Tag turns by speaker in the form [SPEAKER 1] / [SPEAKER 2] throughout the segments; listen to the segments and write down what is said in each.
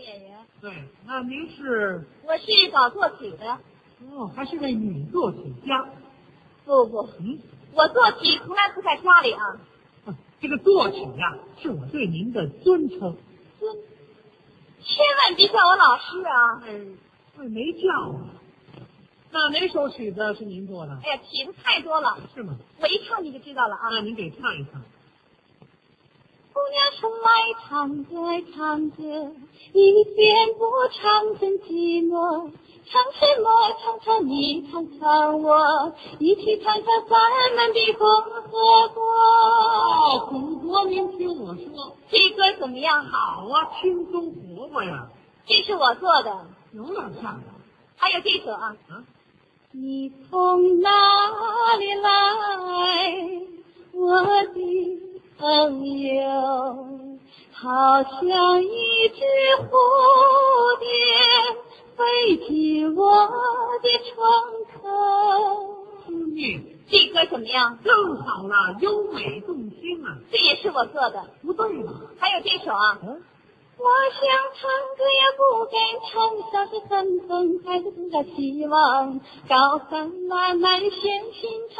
[SPEAKER 1] 演员，
[SPEAKER 2] 对，那您是
[SPEAKER 1] 我是搞作曲的。
[SPEAKER 2] 哦，还是位女作曲家？
[SPEAKER 1] 不不，
[SPEAKER 2] 嗯，
[SPEAKER 1] 我作曲从来不在家里啊。
[SPEAKER 2] 嗯这个作曲呀、是我对您的尊称。
[SPEAKER 1] 千万别叫我老师啊！
[SPEAKER 2] 哎，哎没叫啊。那哪首曲子是您做的？
[SPEAKER 1] 哎呀，曲子太多了，
[SPEAKER 2] 是吗？
[SPEAKER 1] 我一唱你就知道了啊。
[SPEAKER 2] 那您给唱一唱。
[SPEAKER 1] 姑娘从来唱着唱着，一遍不唱真寂寞。唱什么？唱唱你，唱唱我，一起唱唱咱们的共和国。
[SPEAKER 2] 祖哦国，您听我说，
[SPEAKER 1] 这歌怎么样？好，
[SPEAKER 2] 好啊，轻松活泼呀，
[SPEAKER 1] 这是我做的。
[SPEAKER 2] 有点像啊。
[SPEAKER 1] 还有这首啊，
[SPEAKER 2] 啊，
[SPEAKER 1] 你从哪里来，我的朋友？好像一只蝴蝶飞进我的窗口。
[SPEAKER 2] 嗯，
[SPEAKER 1] 这歌怎么样？
[SPEAKER 2] 更好了，优美动听啊。
[SPEAKER 1] 这也是我做的。
[SPEAKER 2] 不对吧？
[SPEAKER 1] 还有这首啊，
[SPEAKER 2] 嗯，
[SPEAKER 1] 我想唱歌也不敢唱，小时三分孩子不要希望，高三那难选新唱。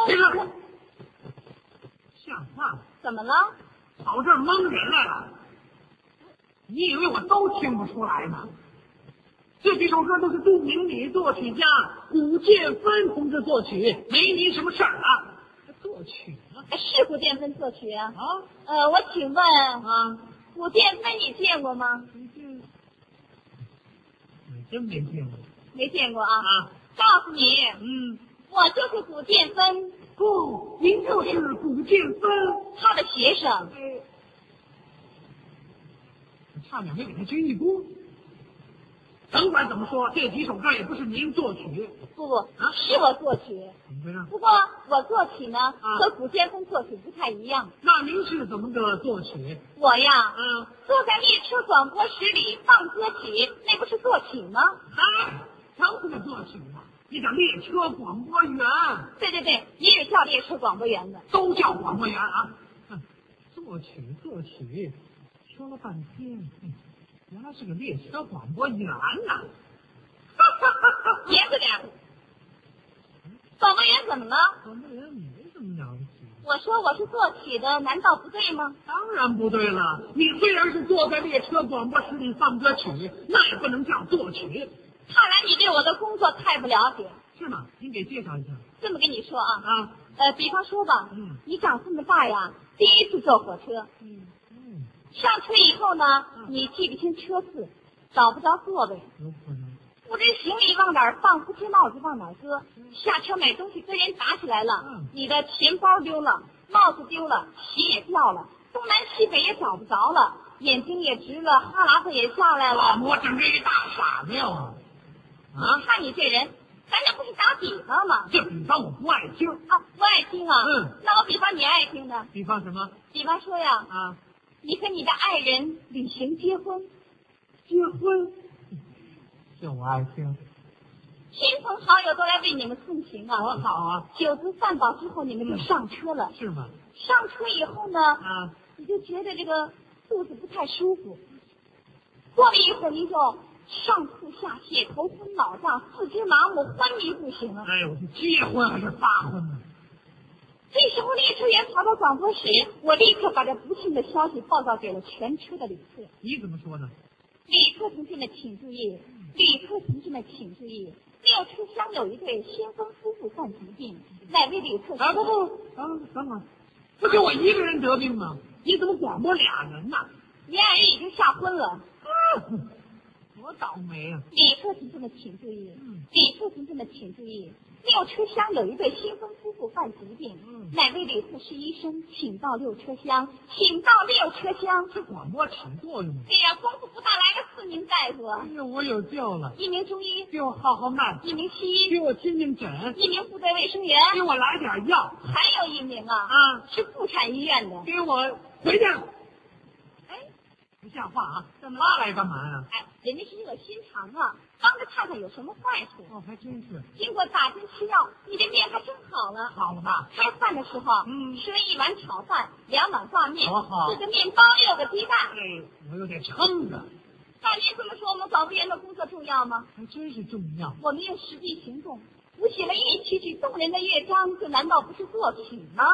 [SPEAKER 2] 像话吗？
[SPEAKER 1] 怎么了？
[SPEAKER 2] 跑这儿蒙人来了？你以为我都听不出来吗？这几首歌都是著名女作曲家古建芬同志作曲，没您什么事儿啊。作曲啊
[SPEAKER 1] 是古建芬作曲啊。
[SPEAKER 2] 啊
[SPEAKER 1] 呃，我请问
[SPEAKER 2] 啊！
[SPEAKER 1] 古建芬你见过吗？
[SPEAKER 2] 你真没见过
[SPEAKER 1] 没见过啊。
[SPEAKER 2] 啊？
[SPEAKER 1] 告诉你，
[SPEAKER 2] 嗯，
[SPEAKER 1] 我就是古建芬
[SPEAKER 2] 不，您就是古建芬。
[SPEAKER 1] 他的学生。
[SPEAKER 2] 差点没给他鞠一躬。甭管怎么说，这几首歌也不是您作曲，
[SPEAKER 1] 不不，是我作曲。
[SPEAKER 2] 怎么回事？
[SPEAKER 1] 不过我作曲呢，和古建芬作曲不太一样。
[SPEAKER 2] 那您是怎么个作曲？
[SPEAKER 1] 我呀，
[SPEAKER 2] 嗯，
[SPEAKER 1] 坐在列车广播室里放歌曲，那不是作曲吗？
[SPEAKER 2] 嗨，当是个作曲啊！你叫列车广播员，
[SPEAKER 1] 对对对，也有叫列车广播员的。
[SPEAKER 2] 都叫广播员啊。哼作曲作曲，说了半天，哼原来是个列车广播员呐、
[SPEAKER 1] 严格点儿。广播员怎么了？
[SPEAKER 2] 广播员没什么了不起。
[SPEAKER 1] 我说我是作曲的，难道不对吗？
[SPEAKER 2] 当然不对了，你虽然是坐在列车广播室里放歌曲，那也不能叫作曲，
[SPEAKER 1] 看来你对我的工作太不了解。
[SPEAKER 2] 是吗？您给介绍一下
[SPEAKER 1] 这么跟你说啊，
[SPEAKER 2] 啊。
[SPEAKER 1] 呃，比方说吧，
[SPEAKER 2] 嗯
[SPEAKER 1] 你长这么大呀，第一次坐火车，
[SPEAKER 2] 嗯，
[SPEAKER 1] 上车以后呢，
[SPEAKER 2] 嗯
[SPEAKER 1] 你记不清车次，找不着座位，
[SPEAKER 2] 有可能。
[SPEAKER 1] 不知行李往哪儿放，不知帽子往哪儿搁，下车买东西跟人打起来了
[SPEAKER 2] 嗯，
[SPEAKER 1] 你的钱包丢了，帽子丢了，鞋也掉了，东南西北也找不着了，眼睛也直了，哈喇子也下来了。
[SPEAKER 2] 我整个一大傻子哟！啊
[SPEAKER 1] 你，看你这人，咱这不是打比方吗？
[SPEAKER 2] 这比方我不爱听。
[SPEAKER 1] 啊，不爱听啊。
[SPEAKER 2] 嗯。
[SPEAKER 1] 那我比方你爱听呢，
[SPEAKER 2] 比方什么
[SPEAKER 1] 比方说呀，
[SPEAKER 2] 啊？
[SPEAKER 1] 你和你的爱人旅行结婚，
[SPEAKER 2] 结婚，这我爱听。
[SPEAKER 1] 亲朋好友都来为你们送行啊。
[SPEAKER 2] 多好啊，
[SPEAKER 1] 酒足饭饱之后，你们就上车了。
[SPEAKER 2] 是吗？
[SPEAKER 1] 上车以后呢，
[SPEAKER 2] 啊，
[SPEAKER 1] 你就觉得这个肚子不太舒服。过了一会儿，您就上吐下泻、头昏脑胀、四肢麻木、昏迷不醒啊了。
[SPEAKER 2] 哎呦，结婚还是发婚呢？
[SPEAKER 1] 这时候，列车员跑到广播室，我立刻把这不幸的消息报告给了全车的旅客。
[SPEAKER 2] 你怎么说呢？
[SPEAKER 1] 旅客同志们请注意，旅客同志们请注意，六车厢有一对先锋夫妇犯疾病，哪位旅客？
[SPEAKER 2] 啊，不不啊，等会儿，不就我一个人得病吗？你怎么广播俩人呢？
[SPEAKER 1] 您爱人已经吓昏了。
[SPEAKER 2] 嗯多倒霉啊！
[SPEAKER 1] 旅客同志们请注意，
[SPEAKER 2] 嗯
[SPEAKER 1] 旅客同志们请注意，六车厢有一对新婚夫妇犯疾病，
[SPEAKER 2] 嗯
[SPEAKER 1] 哪位旅客是医生，请到六车厢，请到六车厢。
[SPEAKER 2] 这广播起作用了。
[SPEAKER 1] 哎呀，功夫不大，来了四名大
[SPEAKER 2] 哎
[SPEAKER 1] 夫，
[SPEAKER 2] 呦，我有救了！
[SPEAKER 1] 一名中医，
[SPEAKER 2] 给我号号脉，
[SPEAKER 1] 一名西医，
[SPEAKER 2] 给我听听诊，
[SPEAKER 1] 一名部队卫生员，
[SPEAKER 2] 给我来点药
[SPEAKER 1] 还有一名啊，
[SPEAKER 2] 啊！
[SPEAKER 1] 是妇产医院的。
[SPEAKER 2] 给我回去！
[SPEAKER 1] 哎
[SPEAKER 2] 不像话啊！
[SPEAKER 1] 怎么了
[SPEAKER 2] 拉来干嘛呀？
[SPEAKER 1] 哎，人家是热心肠啊，帮着看看有什么坏处。
[SPEAKER 2] 哦，还真是。
[SPEAKER 1] 经过打针吃药，你这面还真好了。
[SPEAKER 2] 好了吧？
[SPEAKER 1] 开饭的时候，
[SPEAKER 2] 嗯
[SPEAKER 1] 吃了一碗炒饭，两碗挂面，
[SPEAKER 2] 多好
[SPEAKER 1] 四个面包，六个鸡蛋。
[SPEAKER 2] 哎，我有点撑着。
[SPEAKER 1] 照您这么说，我们搞科研的工作重要吗？
[SPEAKER 2] 还真是重要。
[SPEAKER 1] 我们用实际行动谱写了一曲曲动人的乐章，这难道不是作曲吗？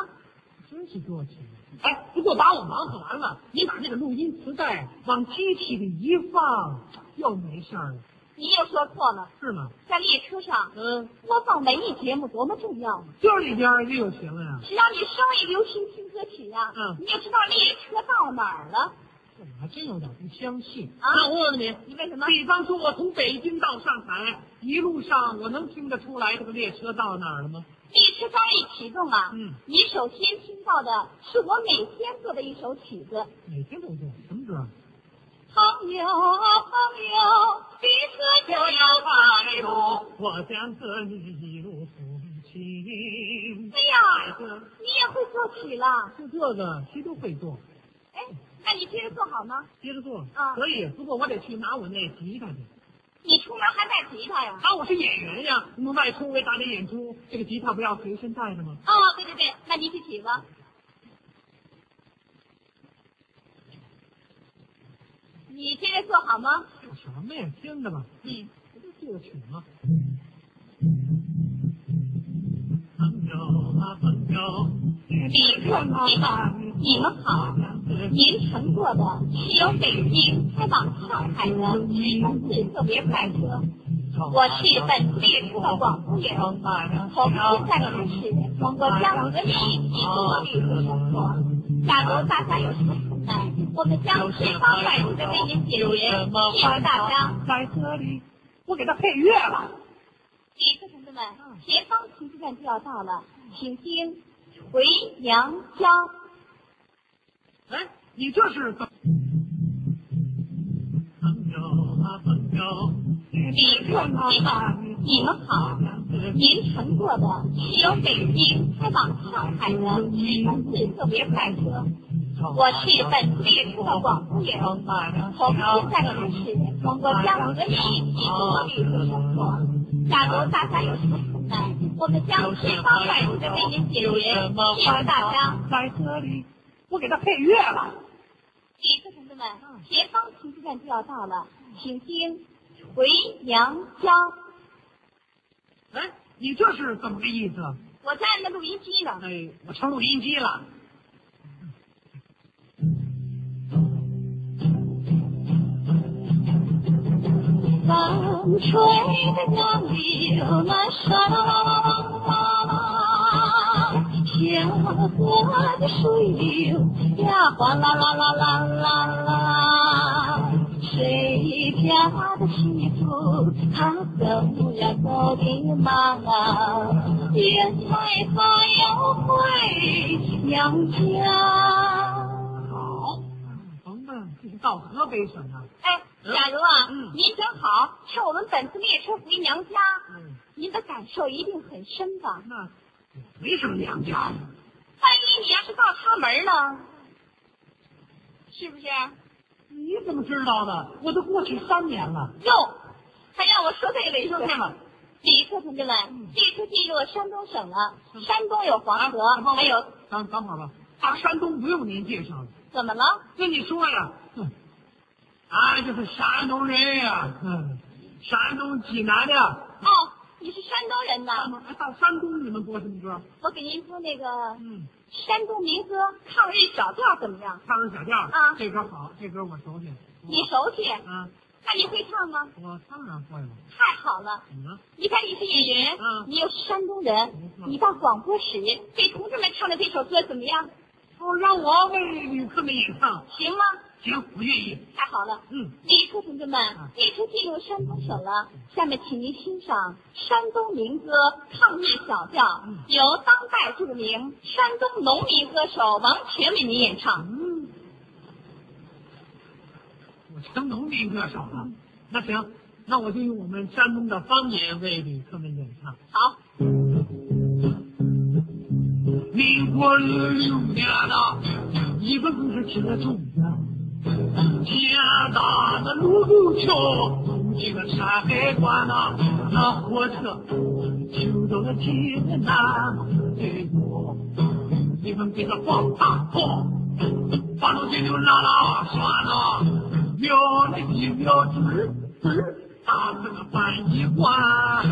[SPEAKER 2] 真是多情。哎，不过把我忙活完了，你把那个录音磁带往机器里一放，又没事儿了，
[SPEAKER 1] 你又说错了，
[SPEAKER 2] 是吗？
[SPEAKER 1] 在列车上
[SPEAKER 2] 嗯，
[SPEAKER 1] 播放文艺节目多么重要啊！
[SPEAKER 2] 这里边儿就有行了呀。
[SPEAKER 1] 只要你稍微留心听歌曲呀、
[SPEAKER 2] 嗯
[SPEAKER 1] 啊你就知道列车到哪儿了。
[SPEAKER 2] 我还真有点不相信。
[SPEAKER 1] 啊
[SPEAKER 2] 那我问问你，
[SPEAKER 1] 你为什么
[SPEAKER 2] 比方说，我从北京到上海，一路上我能听得出来这个列车到哪儿了吗？
[SPEAKER 1] 列车刚一启动啊，
[SPEAKER 2] 嗯
[SPEAKER 1] 你首先听到的是我每天做的一首曲子。
[SPEAKER 2] 每天都有什么歌？
[SPEAKER 1] 朋友啊，朋友，彼此就要拜托。
[SPEAKER 2] 我想跟你一路同行。
[SPEAKER 1] 哎呀，你也会作曲了？
[SPEAKER 2] 就这个，谁都会做，
[SPEAKER 1] 哎，那你接着做好吗？
[SPEAKER 2] 接着做
[SPEAKER 1] 啊
[SPEAKER 2] 可以。不过我得去拿我那吉他去。
[SPEAKER 1] 你出门还带吉他呀？
[SPEAKER 2] 啊，我是演员呀，我们外出为大家演出，这个吉他不要随身带着吗？
[SPEAKER 1] 哦，对对对，那你去取吧。你接着做好吗？
[SPEAKER 2] 这什么呀，听着吧，
[SPEAKER 1] 嗯，
[SPEAKER 2] 不就这个曲吗？朋友啊，朋友，
[SPEAKER 1] 李克老板，你们好。您乘坐的是由北京开往上海的十四特别快车。我是本列车的广播员，从现在开始，我将和你一起过绿色生活。假如大家有什么困难，我们将千方百计的为您解决，谢谢大家。
[SPEAKER 2] 在这里，我给他配乐了。
[SPEAKER 1] 旅客同志们，前方停车站就要到了，请听《回娘家》。
[SPEAKER 2] 哎，你这是怎么？朋友啊，朋友，
[SPEAKER 1] 旅客同志们，你们好。您乘坐的是由北京开往上海的山四特别快车。我是本列车的广播员，从现在开始，我将和你一起过绿色生活。假如大家有什么困难，我们将千方百计的为您解决，谢谢大家。
[SPEAKER 2] 在这里，我给他配乐了。
[SPEAKER 1] 旅客同志们，前方停车站就要到了，请听《回娘家》。
[SPEAKER 2] 哎，你这是怎么个意思？
[SPEAKER 1] 我家里的录音机呢？
[SPEAKER 2] 哎，我成录音机了。
[SPEAKER 1] 哎风吹得杨柳那沙啦啦啦啦啦啦，小河的水流呀哗啦啦啦啦啦啦，谁家的媳妇她走呀走的忙啊，因为她要回娘家。
[SPEAKER 2] 好，甭问，这是到河北省啊。
[SPEAKER 1] 哎，假如啊，
[SPEAKER 2] 嗯
[SPEAKER 1] 您正好趁我们本次列车回娘家，
[SPEAKER 2] 嗯，
[SPEAKER 1] 您的感受一定很深吧？
[SPEAKER 2] 那没什么娘家的。
[SPEAKER 1] 万一你要是到他门了，是不是？
[SPEAKER 2] 你怎么知道的？我都过去三年了。
[SPEAKER 1] 哟，还让我说这个猥琐
[SPEAKER 2] 对了
[SPEAKER 1] 了。旅客同志们，这次进入了山东省了，山东有黄河，哎
[SPEAKER 2] 啊
[SPEAKER 1] 还有
[SPEAKER 2] 等等会儿吧。啊，山东不用您介绍了，
[SPEAKER 1] 怎么了？
[SPEAKER 2] 跟你说呀，嗯哼俺啊就是山东人呀，嗯，山东济南的。
[SPEAKER 1] 哦，你是山东人呐？
[SPEAKER 2] 哎到山东你们播什么歌？
[SPEAKER 1] 我给您播那个
[SPEAKER 2] 嗯，
[SPEAKER 1] 山东民歌《抗日小调》怎么样？
[SPEAKER 2] 唱首小调。
[SPEAKER 1] 啊
[SPEAKER 2] 这歌好，这歌我熟悉。
[SPEAKER 1] 你熟悉？
[SPEAKER 2] 啊，
[SPEAKER 1] 那你会唱吗？
[SPEAKER 2] 我当然会了。
[SPEAKER 1] 太好了！
[SPEAKER 2] 你呢？
[SPEAKER 1] 你看你是演员，
[SPEAKER 2] 嗯
[SPEAKER 1] 你又是山东人，
[SPEAKER 2] 没错
[SPEAKER 1] 你到广播室给同志们唱的这首歌怎么样？
[SPEAKER 2] 哦，让我为旅客们演唱。
[SPEAKER 1] 行吗？
[SPEAKER 2] 行，我愿意。
[SPEAKER 1] 太好了！
[SPEAKER 2] 嗯，
[SPEAKER 1] 旅客同志们，列车进入山东省了，下面请您欣赏山东民歌《抗日小调》，由当代著名山东农民歌手王泉为您演唱。
[SPEAKER 2] 嗯，我成农民歌手了。那行，那我就用我们山东的方言为旅客们演唱。
[SPEAKER 1] 好，
[SPEAKER 2] 民国六六年了，一个故事听得重天大的卢沟桥，这个山海关呐，那火车就到了济南。哎呦，你们别个放大炮，把路这就拉拉栓了，标那一标直直，大字个翻一挂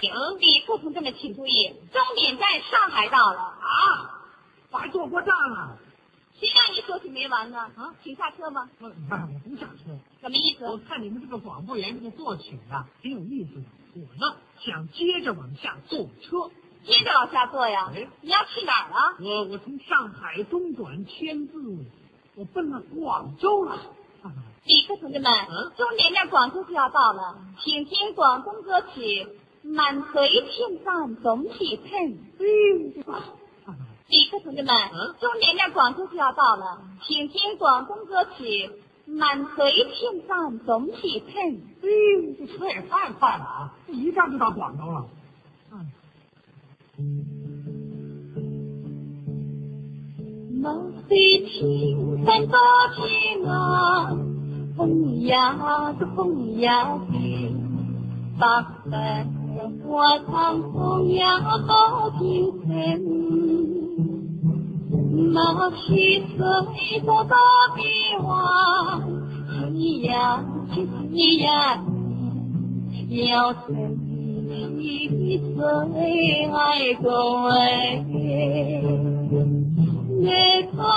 [SPEAKER 1] 请李副同志们请注意，钟敏在上海到了，
[SPEAKER 2] 啊！我还做过账啊！
[SPEAKER 1] 谁让你索取没完呢？啊，请下车吗？
[SPEAKER 2] 我哎我不想说，
[SPEAKER 1] 什么意思？
[SPEAKER 2] 我看你们这个广播员这个作曲啊，挺有意思的。我呢想接着往下坐车，
[SPEAKER 1] 接着往下坐呀
[SPEAKER 2] 哎？
[SPEAKER 1] 你要去哪儿啊？
[SPEAKER 2] 我我从上海中转签字，我奔了广州了。啊
[SPEAKER 1] 李副同志们
[SPEAKER 2] 嗯，
[SPEAKER 1] 终点站广州就要到了，请听广东歌曲《满嘴庆赞总体称》。
[SPEAKER 2] 哎啊
[SPEAKER 1] 李副同志们
[SPEAKER 2] 嗯，
[SPEAKER 1] 终点站广州就要到了，请听广东歌曲《满嘴庆赞总体称》。
[SPEAKER 2] 哎，这车也太快了啊！这一站就到广州了。嗯，
[SPEAKER 1] 莫非天生多痴我，风也个风也是，白白我当风也好天真。莫非水多多比我，一样就是一样，要真一水爱个爱。月光